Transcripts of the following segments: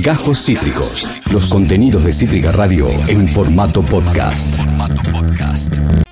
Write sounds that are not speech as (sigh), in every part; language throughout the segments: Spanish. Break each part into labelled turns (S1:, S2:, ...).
S1: Gajos Cítricos. Los contenidos de Cítrica Radio en formato podcast.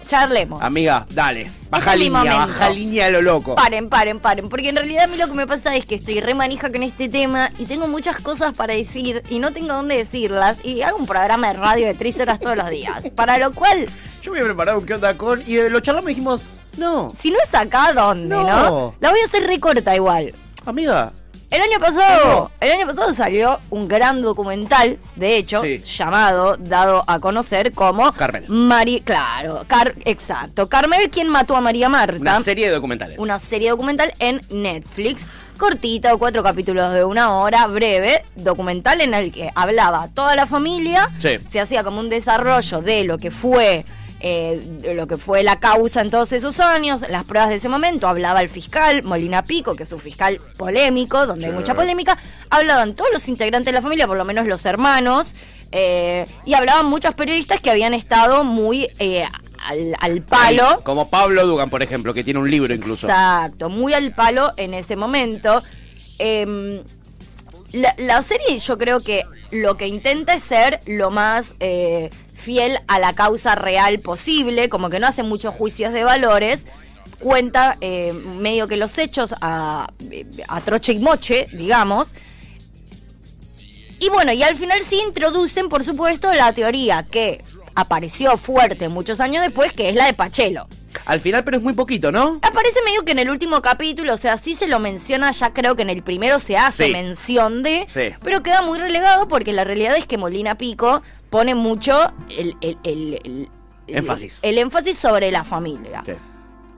S2: Charlemos.
S3: Amiga, dale. Baja
S2: Es mi
S3: línea,
S2: momento.
S3: baja línea a lo loco.
S2: Paren, paren, paren. Porque en realidad a mí lo que me pasa es que estoy re manija con este tema y tengo muchas cosas para decir y no tengo dónde decirlas. Y hago un programa de radio de tres horas todos los días.
S3: (laughs)
S2: Para lo cual,
S3: Yo me he preparado un qué onda con y eh, lo charlamos y dijimos, no,
S2: si no es acá, ¿dónde, no?
S3: No.
S2: La voy a hacer recorta igual.
S3: amiga.
S2: El año pasado, el año pasado salió un gran documental, de hecho,
S3: Sí.
S2: llamado, dado a conocer como
S3: Carmel.
S2: Mari, claro, Car- exacto. Carmel, quien mató a María Marta.
S3: Una serie de documentales.
S2: una serie documental en Netflix. Cortita, cuatro capítulos de una hora, breve, documental en el que hablaba toda la familia,
S3: Sí.
S2: se hacía como un desarrollo de lo que fue eh, de lo que fue la causa en todos esos años, las pruebas de ese momento, hablaba el fiscal Molina Pico, que es un fiscal polémico, donde hay
S3: Sí.
S2: mucha polémica, hablaban todos los integrantes de la familia, por lo menos los hermanos, eh, y hablaban muchos periodistas que habían estado muy eh, al, al palo.
S3: Sí, Como Pablo Dugan, por ejemplo, que tiene un libro incluso.
S2: Exacto, muy al palo en ese momento. Em, la, la serie yo creo que lo que intenta es ser lo más eh, fiel a la causa real posible, como que no hace muchos juicios de valores, cuenta eh, medio que los hechos a, a troche y moche, digamos. Y bueno, y al final sí introducen, por supuesto, la teoría que apareció fuerte muchos años después, que es la de Pachelo.
S3: Al final, pero es muy poquito, ¿no?
S2: Aparece medio que en el último capítulo, o sea, sí se lo menciona, ya creo que en el primero se hace
S3: Sí.
S2: mención de,
S3: Sí.
S2: pero queda muy relegado porque la realidad es que Molina Pico pone mucho el, el- el- el- el-
S3: Énfasis.
S2: el énfasis sobre la familia.
S3: Sí.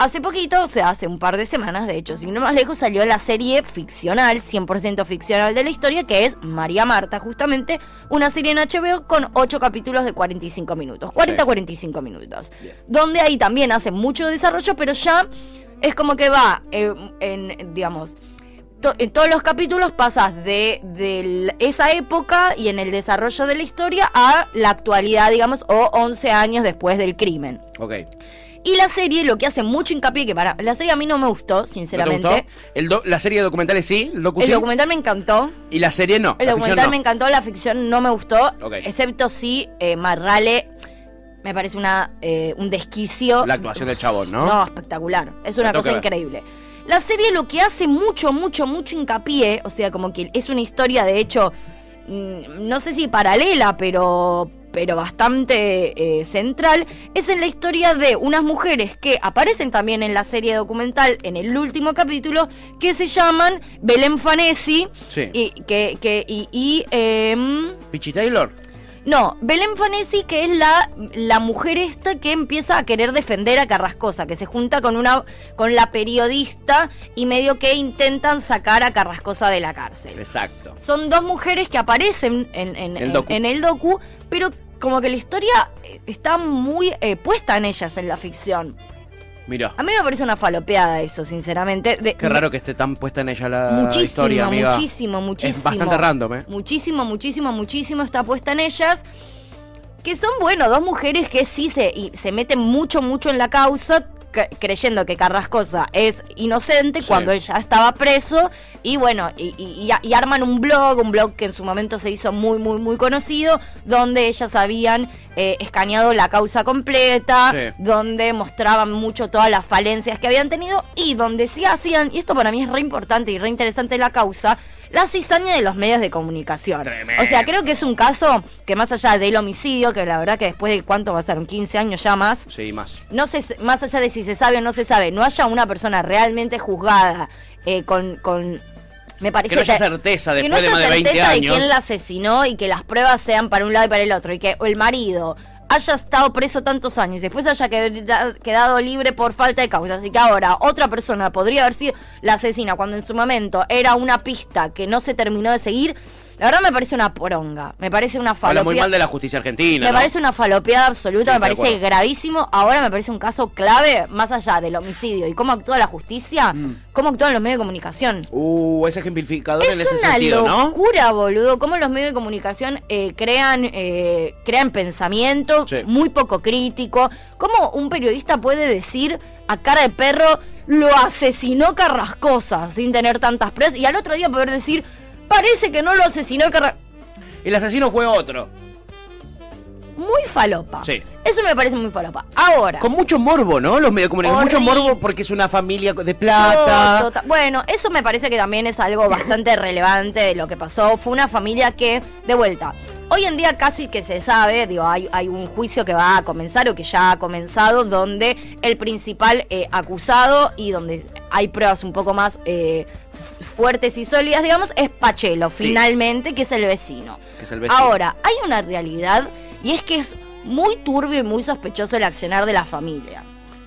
S2: Hace poquito, o sea, hace un par de semanas, de hecho, si no más lejos, salió la serie ficcional, 100% ficcional de la historia, que es María Marta, justamente, una serie en HBO con 8 capítulos de 45 minutos, 40-45 minutos,
S3: Bien.
S2: donde ahí también hace mucho desarrollo, pero ya es como que va eh, en, digamos, to- en todos los capítulos pasas de, de l- esa época y en el desarrollo de la historia a la actualidad, digamos, o 11 años después del crimen.
S3: Ok.
S2: Y la serie lo que hace mucho hincapié, que para la serie a mí no me gustó,
S3: ¿No te
S2: sinceramente.
S3: gustó? El do- la serie de documentales sí, el docu
S2: El
S3: sí,
S2: documental me encantó.
S3: y la serie no.
S2: El
S3: la ficción
S2: documental
S3: no.
S2: me encantó, la ficción no me gustó.
S3: Ok.
S2: Excepto si eh, Marrale me parece una eh, un desquicio.
S3: La actuación del chabón, ¿no?
S2: No, espectacular. Es
S3: La
S2: una
S3: tengo
S2: cosa
S3: que ver.
S2: increíble. La serie lo que hace mucho, mucho, mucho hincapié, o sea, como que es una historia, de hecho, mm, no sé si paralela, pero, pero bastante eh, central, es en la historia de unas mujeres que aparecen también en la serie documental, en el último capítulo, que se llaman Belén Fanesi
S3: Sí.
S2: y, que, que, y, y, em,
S3: Pichi Taylor.
S2: no, Belén Fanesi, que es la, la mujer esta que empieza a querer defender a Carrascosa, que se junta con una con la periodista y medio que intentan sacar a Carrascosa de la cárcel.
S3: Exacto.
S2: Son dos mujeres que aparecen en, en-
S3: El
S2: en-
S3: docu.
S2: en el docu, pero como que la historia eh, está muy eh, puesta en ellas en la ficción.
S3: Mira.
S2: A mí me parece una falopeada eso, sinceramente. De-
S3: Qué raro que esté tan puesta en ella la
S2: Muchísimo,
S3: historia, amiga.
S2: muchísimo, muchísimo.
S3: Es bastante random, ¿eh?
S2: Muchísimo, muchísimo, muchísimo está puesta en ellas. Que son, bueno, dos mujeres que sí se, y se meten mucho, mucho en la causa, cre- creyendo que Carrascosa es inocente
S3: Sí.
S2: cuando él pues ya estaba preso. Y bueno, y, y- y a- y arman un blog, un blog que en su momento se hizo muy, muy, muy conocido, donde ellas habían eh, escaneado la causa completa,
S3: Sí.
S2: donde mostraban mucho todas las falencias que habían tenido y donde sí hacían, y esto para mí es re importante y re interesante la causa, la cizaña de los medios de comunicación.
S3: Tremendo.
S2: O sea, creo que es un caso que más allá del homicidio, que la verdad que después de cuánto pasaron, 15 años ya más,
S3: Sí, más.
S2: no se, más allá de si se sabe o no se sabe, no haya una persona realmente juzgada eh, con, con- Me parece
S3: Que no haya
S2: te-
S3: certeza
S2: que no
S3: después de
S2: haya
S3: más de 20
S2: certeza de
S3: años.
S2: quién la asesinó y que las pruebas sean para un lado y para el otro. Y que el marido haya estado preso tantos años y después haya queda- quedado libre por falta de causa. Así que ahora otra persona podría haber sido la asesina cuando en su momento era una pista que no se terminó de seguir. La verdad me parece una poronga. Me parece una
S3: Habla
S2: falopia.
S3: muy mal de la justicia argentina.
S2: Me
S3: ¿no?
S2: parece una falopeada
S3: Sí, estoy
S2: absoluta, me
S3: de
S2: parece
S3: acuerdo.
S2: gravísimo. Ahora me parece un caso clave, más allá del homicidio y cómo actúa la justicia, cómo actúan los medios de comunicación.
S3: Uh, ese ejemplificador Mm. en
S2: Es
S3: ese
S2: una
S3: sentido, ¿no?
S2: locura, boludo. Cómo los medios de comunicación eh, crean, eh, crean pensamiento
S3: Sí.
S2: muy poco crítico. Cómo un periodista puede decir a cara de perro lo asesinó Carrascosa sin tener tantas pruebas y al otro día poder decir parece que no lo asesinó Carrascosa.
S4: el asesino fue otro.
S2: Muy falopa.
S4: Sí.
S2: Eso me parece muy falopa. Ahora.
S4: Con mucho morbo, ¿no? Los medios de comunicación. Mucho
S2: Horrible.
S4: morbo porque es una familia de plata.
S2: Yo, tota- bueno, eso me parece que también es algo
S4: (laughs)
S2: bastante relevante de lo que pasó. Fue una familia que, de vuelta, hoy en día casi que se sabe, digo, hay, hay un juicio que va a comenzar o que ya ha comenzado, donde el principal eh, acusado y donde hay pruebas un poco más eh, fu- fuertes y sólidas, digamos, es Pachelo,
S4: Sí.
S2: finalmente, que es el vecino.
S4: Que es el vecino.
S2: Ahora, hay una realidad y es que es muy turbio y muy sospechoso el accionar de la familia.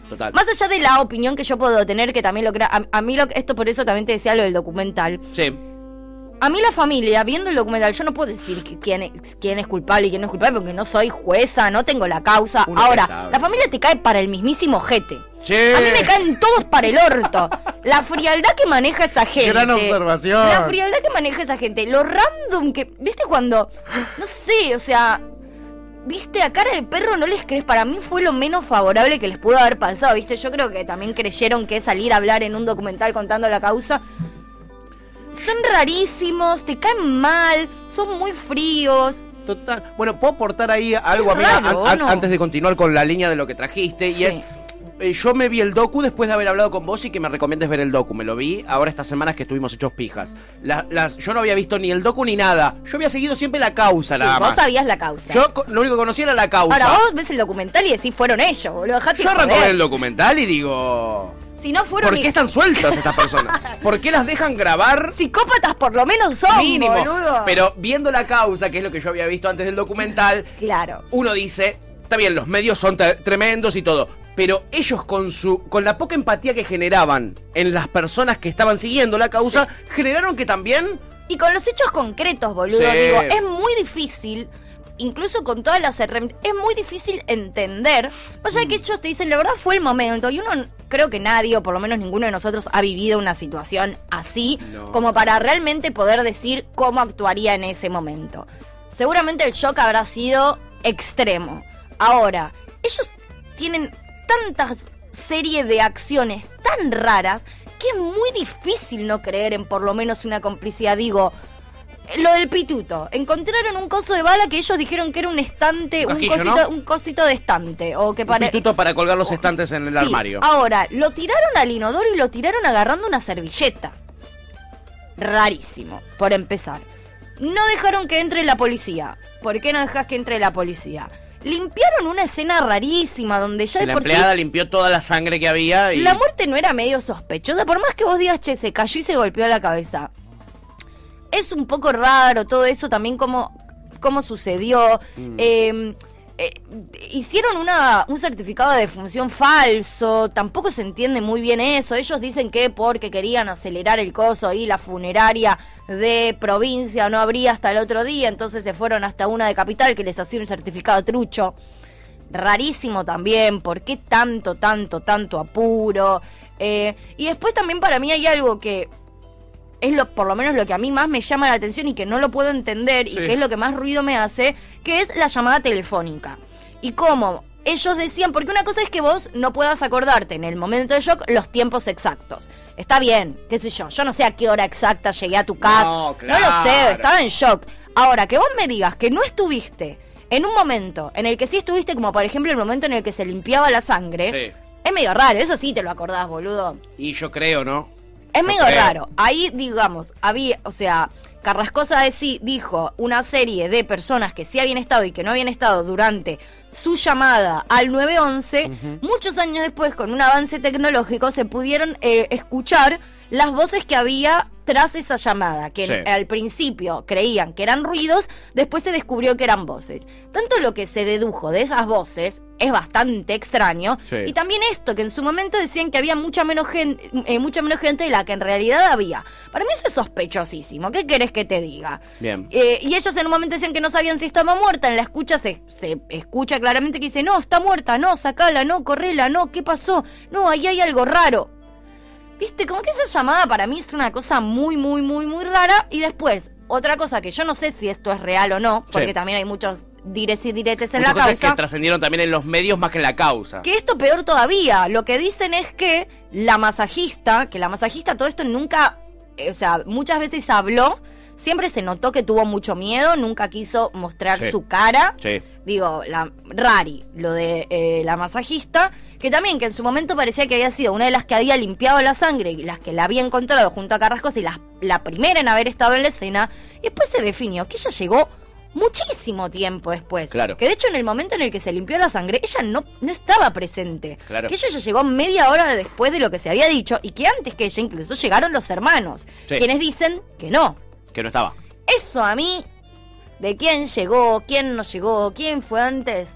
S4: Total.
S2: Más allá de la opinión que yo puedo tener, que también lo crea, a, a mí lo, que- esto por eso también te decía lo del documental.
S4: Sí.
S2: A mí la familia, viendo el documental, yo no puedo decir que- quién es, quién es culpable y quién no es culpable porque no soy jueza, no tengo la causa.
S4: Uno que
S2: Ahora,
S4: sabe.
S2: la familia te cae para el mismísimo jete.
S4: Sí.
S2: A mí me caen todos para el orto. La frialdad que maneja esa gente.
S3: Gran observación.
S2: La frialdad que maneja esa gente. Lo random que. ¿Viste cuando.? No sé, o sea. ¿Viste? A cara de perro no les crees. Para mí fue lo menos favorable que les pudo haber pasado, ¿viste? Yo creo que también creyeron que salir a hablar en un documental contando la causa. Son rarísimos, te caen mal, son muy fríos.
S4: Total. Bueno, puedo aportar ahí algo,
S2: Es
S4: amiga,
S2: raro,
S4: an-
S2: ¿no?
S4: antes de continuar con la línea de lo que trajiste. Y
S2: Sí.
S4: es. eh, Yo me vi el docu después de haber hablado con vos y que me recomiendes ver el docu. Me lo vi ahora estas semanas que estuvimos hechos pijas. Las, las- yo no había visto ni el docu ni nada. Yo había seguido siempre la causa,
S2: Sí,
S4: nada
S2: vos
S4: más.
S2: sabías la causa.
S4: Yo co- lo único que conocía era la causa.
S2: Ahora vos ves el documental y decís, fueron ellos, boludo. Dejate
S4: yo
S2: de
S4: arranco
S2: joder.
S4: con el documental y digo.
S2: Si no fueron
S4: ¿Por
S2: ni-
S4: qué están sueltas
S2: (laughs)
S4: estas personas? ¿Por qué las dejan grabar?
S2: Psicópatas por lo menos son,
S4: mínimo.
S2: boludo.
S4: Pero viendo la causa, que es lo que yo había visto antes del documental,
S2: Claro.
S4: uno dice, está bien, los medios son tre- tremendos y todo, pero ellos con su con la poca empatía que generaban en las personas que estaban siguiendo la causa, generaron que también
S2: Y con los hechos concretos, boludo,
S4: Sí.
S2: digo, es muy difícil, incluso con todas las herramientas, es muy difícil entender. O sea, que ellos te dicen, la verdad fue el momento, y uno, creo que nadie, o por lo menos ninguno de nosotros, ha vivido una situación así,
S4: No.
S2: como para realmente poder decir cómo actuaría en ese momento. Seguramente el shock habrá sido extremo. Ahora, ellos tienen tantas serie de acciones tan raras que es muy difícil no creer en por lo menos una complicidad. Digo, lo del pituto. Encontraron un coso de bala que ellos dijeron que era un estante, un,
S4: Casquillo,
S2: cosito,
S4: ¿no?
S2: un cosito de estante. O que para... Oh,
S4: instituto para colgar los estantes en el
S2: Sí,
S4: armario.
S2: Ahora, lo tiraron al inodoro y lo tiraron agarrando una servilleta. Rarísimo, por empezar. No dejaron que entre la policía. ¿Por qué no dejas que entre la policía? Limpiaron una escena rarísima donde ya de
S4: la
S2: por sí
S4: empleada limpió toda la sangre que había y
S2: la muerte no era medio sospechosa, por más que vos digas, che, se cayó y se golpeó la cabeza. Es un poco raro todo eso también como, cómo sucedió. Eh, eh, hicieron una, un certificado de defunción falso, tampoco se entiende muy bien eso. Ellos dicen que porque querían acelerar el coso y la funeraria de provincia no habría hasta el otro día, entonces se fueron hasta una de capital que les hacía un certificado trucho rarísimo también, ¿por qué tanto, tanto, tanto apuro? Eh, y después también para mí hay algo que es lo, por lo menos lo que a mí más me llama la atención y que no lo puedo entender
S4: Sí.
S2: y que es lo que más ruido me hace, que es la llamada telefónica. Y cómo ellos decían, porque una cosa es que vos no puedas acordarte en el momento de shock los tiempos exactos. Está bien, qué sé yo, yo no sé a qué hora exacta llegué a tu casa.
S4: No,
S2: lo sé,
S4: claro.
S2: estaba estaba en shock. Ahora, que vos me digas que no estuviste en un momento en el que sí estuviste, como por ejemplo el momento en el que se limpiaba la sangre,
S4: Sí.
S2: es medio raro, eso sí te lo acordás, boludo.
S4: y yo creo, ¿no?
S2: Es
S4: Yo
S2: medio
S4: creo.
S2: raro. Ahí, digamos, había, o sea, Carrascosa de sí dijo una serie de personas que sí habían estado y que no habían estado durante su llamada al 911. Muchos años después, con un avance tecnológico, se pudieron eh, escuchar las voces que había tras esa llamada, que
S4: Sí.
S2: al principio creían que eran ruidos, después se descubrió que eran voces. Tanto lo que se dedujo de esas voces es bastante extraño,
S4: Sí.
S2: y también esto, que en su momento decían que había mucha menos gente, mucha menos gente de la que en realidad había. Para mí eso es sospechosísimo. ¿Qué querés que te diga?
S4: Bien.
S2: Eh, y ellos en un momento decían que no sabían si estaba muerta. En la escucha se, se escucha claramente que dice, no, está muerta, no, sacala, no, correla, no, ¿qué pasó? No, ahí hay algo raro. Viste, como que esa llamada para mí es una cosa muy, muy, muy, muy rara. Y después, otra cosa que yo no sé si esto es real o no, porque
S4: Sí.
S2: también hay muchos dires y diretes en
S4: Muchas
S2: la
S4: cosas
S2: causa.
S4: que trascendieron también en los medios más que en la causa.
S2: Que esto peor todavía. Lo que dicen es que la masajista, que la masajista todo esto nunca, eh, o sea, muchas veces habló, Siempre se notó que tuvo mucho miedo, nunca quiso mostrar
S4: Sí.
S2: su cara.
S4: Sí.
S2: Digo, la Rari, lo de eh, la masajista, que también que en su momento parecía que había sido una de las que había limpiado la sangre y las que la había encontrado junto a Carrascos y las- la primera en haber estado en la escena. Y después se definió que ella llegó muchísimo tiempo después.
S4: Claro.
S2: Que de hecho en el momento en el que se limpió la sangre, ella no, no estaba presente.
S4: Claro.
S2: Que ella ya llegó media hora después de lo que se había dicho y que antes que ella incluso llegaron los hermanos,
S4: Sí.
S2: quienes dicen que no.
S4: Que no estaba.
S2: Eso a mí, de quién llegó, quién no llegó, quién fue antes,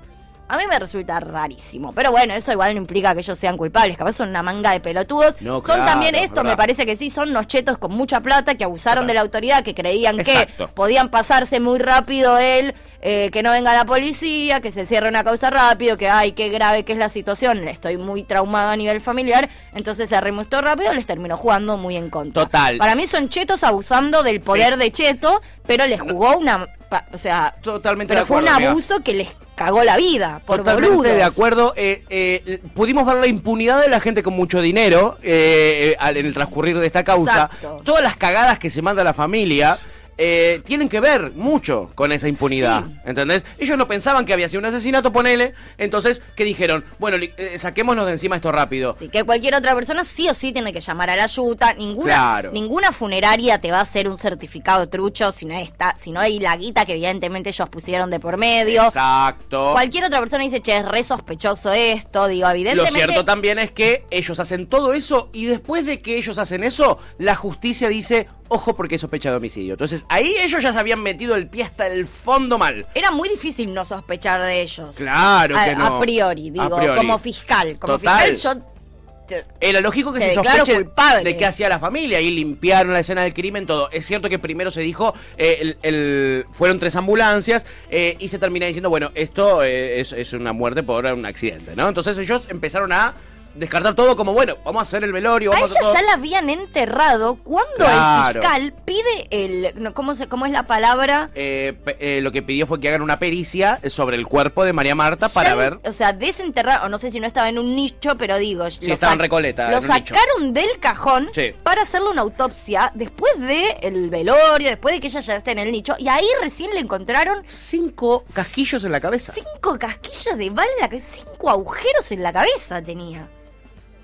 S2: a mí me resulta rarísimo. Pero bueno, eso igual no implica que ellos sean culpables, capaz son una manga de pelotudos.
S4: No,
S2: son
S4: claro,
S2: también
S4: es
S2: esto,
S4: verdad.
S2: me parece que sí, son unos chetos con mucha plata que abusaron
S4: Total.
S2: de la autoridad, que creían
S4: Exacto.
S2: que podían pasarse muy rápido él. eh, que no venga la policía, que se cierre una causa rápido, que ay, qué grave que es la situación, estoy muy traumada a nivel familiar, entonces se remustó rápido, les terminó jugando muy en contra.
S4: Total.
S2: Para mí son chetos abusando del poder
S4: Sí.
S2: de cheto, pero les jugó una. pa- o sea,
S4: Totalmente
S2: pero
S4: de acuerdo.
S2: fue un
S4: amiga.
S2: abuso que les cagó la vida. Por
S4: Totalmente
S2: boludos.
S4: de acuerdo. Eh, eh, pudimos ver la impunidad de la gente con mucho dinero eh, eh, al- en el transcurrir de esta causa.
S2: Exacto.
S4: Todas las cagadas que se manda la familia. eh, tienen que ver mucho con esa impunidad,
S2: Sí.
S4: ¿entendés? Ellos no pensaban que había sido un asesinato, ponele, entonces, ¿qué dijeron? Bueno, li- eh, saquémonos de encima esto rápido.
S2: Así que cualquier otra persona sí o sí tiene que llamar a la ayuda. Ninguna,
S4: Claro.
S2: ninguna funeraria te va a hacer un certificado trucho si no, está, si no hay la guita que evidentemente ellos pusieron de por medio.
S4: Exacto.
S2: Cualquier otra persona dice, che, es re sospechoso esto. Digo,
S4: Lo
S2: evidentemente.
S4: cierto también es que ellos hacen todo eso y después de que ellos hacen eso, la justicia dice, ojo porque es sospecha de homicidio. Entonces ahí ellos ya se habían metido el pie hasta el fondo mal.
S2: Era muy difícil no sospechar de ellos.
S4: Claro
S2: a,
S4: que no.
S2: a priori, digo,
S4: A priori.
S2: como fiscal. Como
S4: Total.
S2: fiscal yo... te-
S4: Era lógico que
S2: Te
S4: se
S2: declaro
S4: sospeche
S2: culpable.
S4: de qué hacía la familia y limpiaron la escena del crimen, todo. Es cierto que primero se dijo, eh, el- el- fueron tres ambulancias eh, y se termina diciendo, bueno, esto eh, es, es una muerte por un accidente, ¿no? Entonces ellos empezaron a descartar todo como, bueno, vamos a hacer el velorio,
S2: A
S4: vamos
S2: ella
S4: hacer todo.
S2: ya la habían enterrado cuando
S4: Claro.
S2: el fiscal pide el. no, ¿cómo, se, ¿Cómo es la palabra?
S4: Eh, pe- eh, lo que pidió fue que hagan una pericia sobre el cuerpo de María Marta para
S2: Ya-
S4: ver.
S2: O sea, desenterrar, o no sé si no estaba en un nicho, pero digo. lo
S4: estaba en
S2: sac-
S4: Recoleta,
S2: Lo
S4: en un nicho.
S2: sacaron del cajón
S4: Sí.
S2: para hacerle una autopsia después del velorio, después de que ella ya esté en el nicho. Y ahí recién le encontraron
S4: Cinco casquillos en la cabeza.
S2: cinco casquillos de bala en la cabeza, cinco agujeros en la cabeza tenía.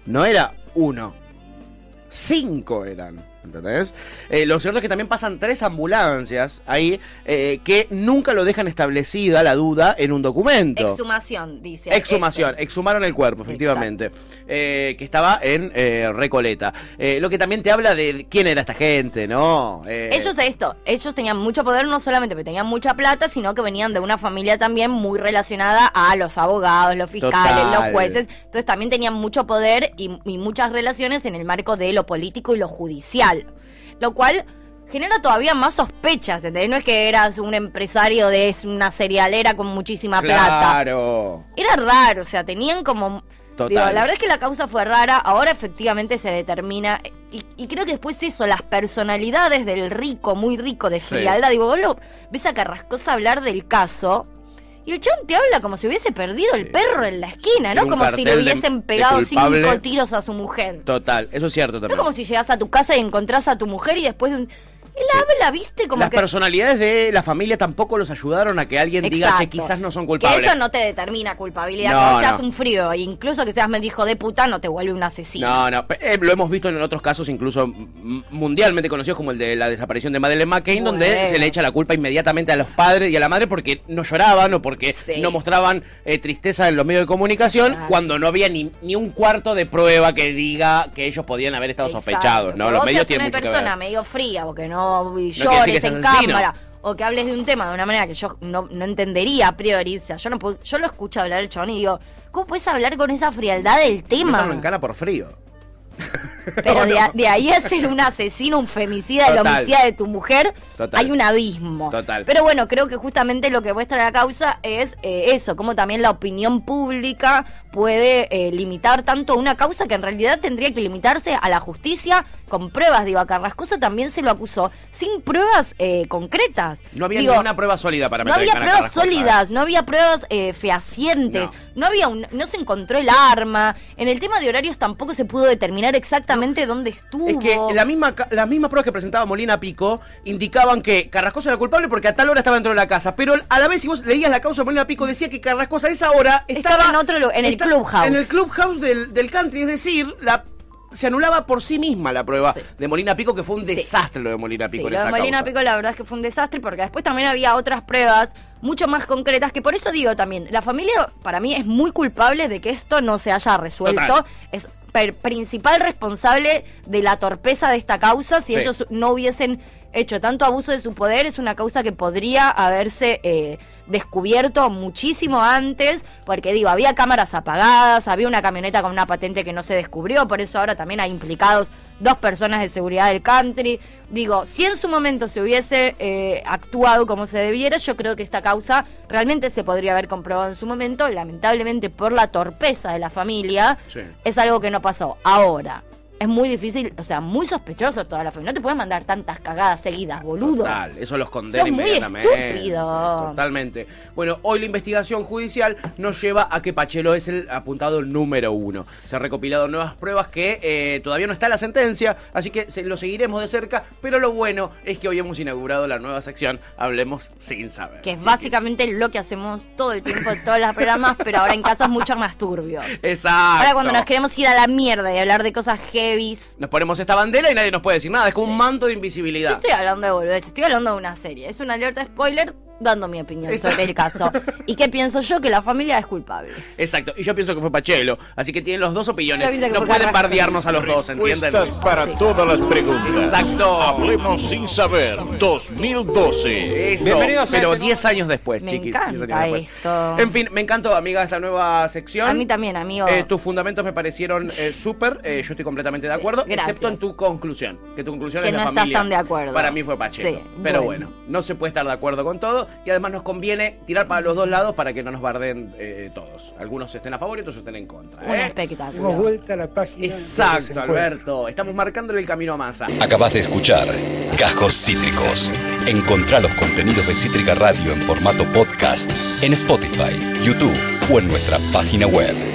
S4: No era uno. Cinco eran. ¿Entendés? Eh, lo cierto es que también pasan tres ambulancias ahí eh, que nunca lo dejan establecida la duda en un documento.
S2: Exhumación, dice.
S4: Exhumación,
S2: Eso.
S4: exhumaron el cuerpo, efectivamente. Eh, que estaba en eh, Recoleta. Eh, lo que también te habla de quién era esta gente, ¿no? Eh,
S2: Ellos esto, ellos tenían mucho poder, no solamente porque tenían mucha plata, sino que venían de una familia también muy relacionada a los abogados, los fiscales,
S4: Total.
S2: los jueces. Entonces también tenían mucho poder y, y muchas relaciones en el marco de lo político y lo judicial. Lo cual genera todavía más sospechas, ¿entendés? No es que eras un empresario de es una cerealera con muchísima plata.
S4: Claro.
S2: Era raro, o sea, tenían como...
S4: Total.
S2: Digo, la verdad es que la causa fue rara, ahora efectivamente se determina... Y, y creo que después eso, las personalidades del rico, muy rico, de
S4: Sí.
S2: frialdad, digo, vos lo ves a Carrascosa hablar del caso... Y el chabón te habla como si hubiese perdido
S4: Sí.
S2: el perro en la esquina,
S4: Tiene
S2: ¿no?
S4: un
S2: Como si le
S4: cartel de-
S2: hubiesen
S4: de
S2: pegado
S4: culpable.
S2: cinco tiros a su mujer.
S4: Total, eso es cierto
S2: No
S4: también.
S2: como si llegás a tu casa y encontrás a tu mujer y después de un... Él habla, ¿viste? Como
S4: Las
S2: que...
S4: personalidades de la familia tampoco los ayudaron a que alguien diga, che,
S2: Exacto.
S4: quizás no son culpables.
S2: Que eso no te determina culpabilidad.
S4: No,
S2: No, seas
S4: no.
S2: un frío, e incluso que seas medio hijo de puta, no te vuelve un asesino.
S4: No, no, pe- eh, lo hemos visto en otros casos, incluso mm, mundialmente conocidos como el de la desaparición de Madeleine McCain, donde
S2: Bueno.
S4: se le echa la culpa inmediatamente a los padres y a la madre porque no lloraban o porque
S2: Sí.
S4: no mostraban eh, tristeza en los medios de comunicación
S2: Claro.
S4: cuando no había ni, ni un cuarto de prueba que diga que ellos podían haber estado
S2: Exacto.
S4: sospechados, ¿no?
S2: Que
S4: Los
S2: vos
S4: medios
S2: seas
S4: tienen
S2: una
S4: mucho que
S2: persona
S4: ver.
S2: medio fría o que no
S4: decir que
S2: llores
S4: seas
S2: en
S4: asesino.
S2: cámara o que hables de un tema de una manera que yo no, no entendería a priori. O sea, yo, no puedo- yo lo escucho hablar el chabón y digo, ¿cómo puedes hablar con esa frialdad del tema?
S4: Métanlo en cara por frío.
S2: Pero de, a- de ahí a ser un asesino, un femicida, el
S4: Total.
S2: homicida de tu mujer,
S4: Total.
S2: hay un abismo.
S4: Total.
S2: Pero bueno, creo que justamente lo que muestra la causa es eh, eso, como también la opinión pública puede eh, limitar tanto una causa que en realidad tendría que limitarse a la justicia con pruebas. Digo, a Carrascosa también se lo acusó sin pruebas eh, concretas.
S4: No había
S2: Digo,
S4: ninguna prueba sólida para
S2: no
S4: meter
S2: había
S4: en cara a
S2: pruebas
S4: Carrascosa, ¿eh?
S2: sólidas, no había pruebas eh, fehacientes,
S4: No.
S2: no. había un- no se encontró el arma, en el tema de horarios tampoco se pudo determinar exactamente dónde estuvo.
S4: Es que la misma, ca- las mismas pruebas que presentaba Molina Pico indicaban que Carrascosa era culpable porque a tal hora estaba dentro de la casa. Pero a la vez, si vos leías la causa de Molina Pico, decía que Carrascosa a esa hora
S2: Estaba
S4: estaba.
S2: en otro lu- en el clubhouse.
S4: En el clubhouse del, del country, es decir, la. Se anulaba por sí misma la prueba
S2: Sí.
S4: de Molina Pico, que fue un
S2: Sí.
S4: desastre lo de Molina
S2: Sí,
S4: Pico. en
S2: lo de
S4: esa
S2: Molina
S4: causa.
S2: Pico la verdad es que fue un desastre porque después también había otras pruebas mucho más concretas que por eso digo también, la familia para mí es muy culpable de que esto no se haya resuelto.
S4: Total.
S2: Es per- principal responsable de la torpeza de esta causa. Si
S4: Sí.
S2: ellos no hubiesen hecho tanto abuso de su poder, es una causa que podría haberse eh, descubierto muchísimo antes, porque digo, había cámaras apagadas, había una camioneta con una patente que no se descubrió, por eso ahora también hay implicados dos personas de seguridad del country. Digo, si en su momento se hubiese eh, actuado como se debiera, yo creo que esta causa realmente se podría haber comprobado en su momento, lamentablemente por la torpeza de la familia,
S4: Sí.
S2: es algo que no pasó. Ahora, es muy difícil, o sea, muy sospechoso toda la familia. No te puedes mandar tantas cagadas seguidas, boludo.
S4: Total, eso los condena
S2: Sos muy
S4: inmediatamente.
S2: estúpido.
S4: Totalmente. Bueno, hoy la investigación judicial nos lleva a que Pachelo es el apuntado número uno. Se han recopilado nuevas pruebas que eh, todavía no está la sentencia, así que se- lo seguiremos de cerca. Pero lo bueno es que hoy hemos inaugurado la nueva sección Hablemos sin saber.
S2: Que es
S4: chiquis.
S2: básicamente lo que hacemos todo el tiempo en todos los programas, pero ahora en casa es mucho más turbio.
S4: Exacto.
S2: Ahora cuando nos queremos ir a la mierda y hablar de cosas heavies.
S4: Nos ponemos esta bandera y nadie nos puede decir nada. Es como un manto de invisibilidad.
S2: Yo estoy hablando de boludeces, estoy hablando de una serie. Es una alerta spoiler dando mi opinión
S4: Exacto.
S2: sobre el
S4: (laughs)
S2: caso. ¿Y qué pienso yo? Que la familia es culpable.
S4: Exacto. Y yo pienso que fue Pachelo. Así que tienen los dos opiniones.
S2: Yo pienso que
S4: No
S2: fue
S4: pueden
S2: Carrasco.
S4: bardearnos a los dos, ¿entienden?
S5: Respuestas para
S2: Sí.
S5: todas las preguntas.
S4: Exacto.
S5: Hablemos sin saber 2012.
S4: Eso,
S3: Bienvenidos a
S4: pero
S3: este
S4: 10 años después,
S2: Me
S4: chiquis. 10
S2: encanta
S4: años después.
S2: esto.
S4: En fin, me encantó, amiga, esta nueva sección.
S2: A mí también, amigo.
S4: Eh, tus fundamentos me parecieron eh, súper, eh, yo estoy completamente de
S2: Sí,
S4: acuerdo,
S2: gracias.
S4: excepto en tu conclusión, que tu conclusión
S2: Que
S4: es la
S2: no estás
S4: familia.
S2: tan de acuerdo.
S4: Para mí fue Pacheco.
S2: Sí,
S4: pero
S2: bueno.
S4: bueno. no se puede estar de acuerdo con todo y además nos conviene tirar para los dos lados para que no nos barden eh, todos. Algunos estén a favor y otros estén en contra.
S2: Un
S4: ¿eh?
S6: Dimos
S2: espectáculo.
S6: vuelta a la página.
S4: Exacto, Alberto. Estamos marcándole el camino a masa.
S1: Acabas de escuchar Cajos Cítricos. Encontrá los contenidos de Cítrica Radio en formato podcast en Spotify, YouTube o en nuestra página web.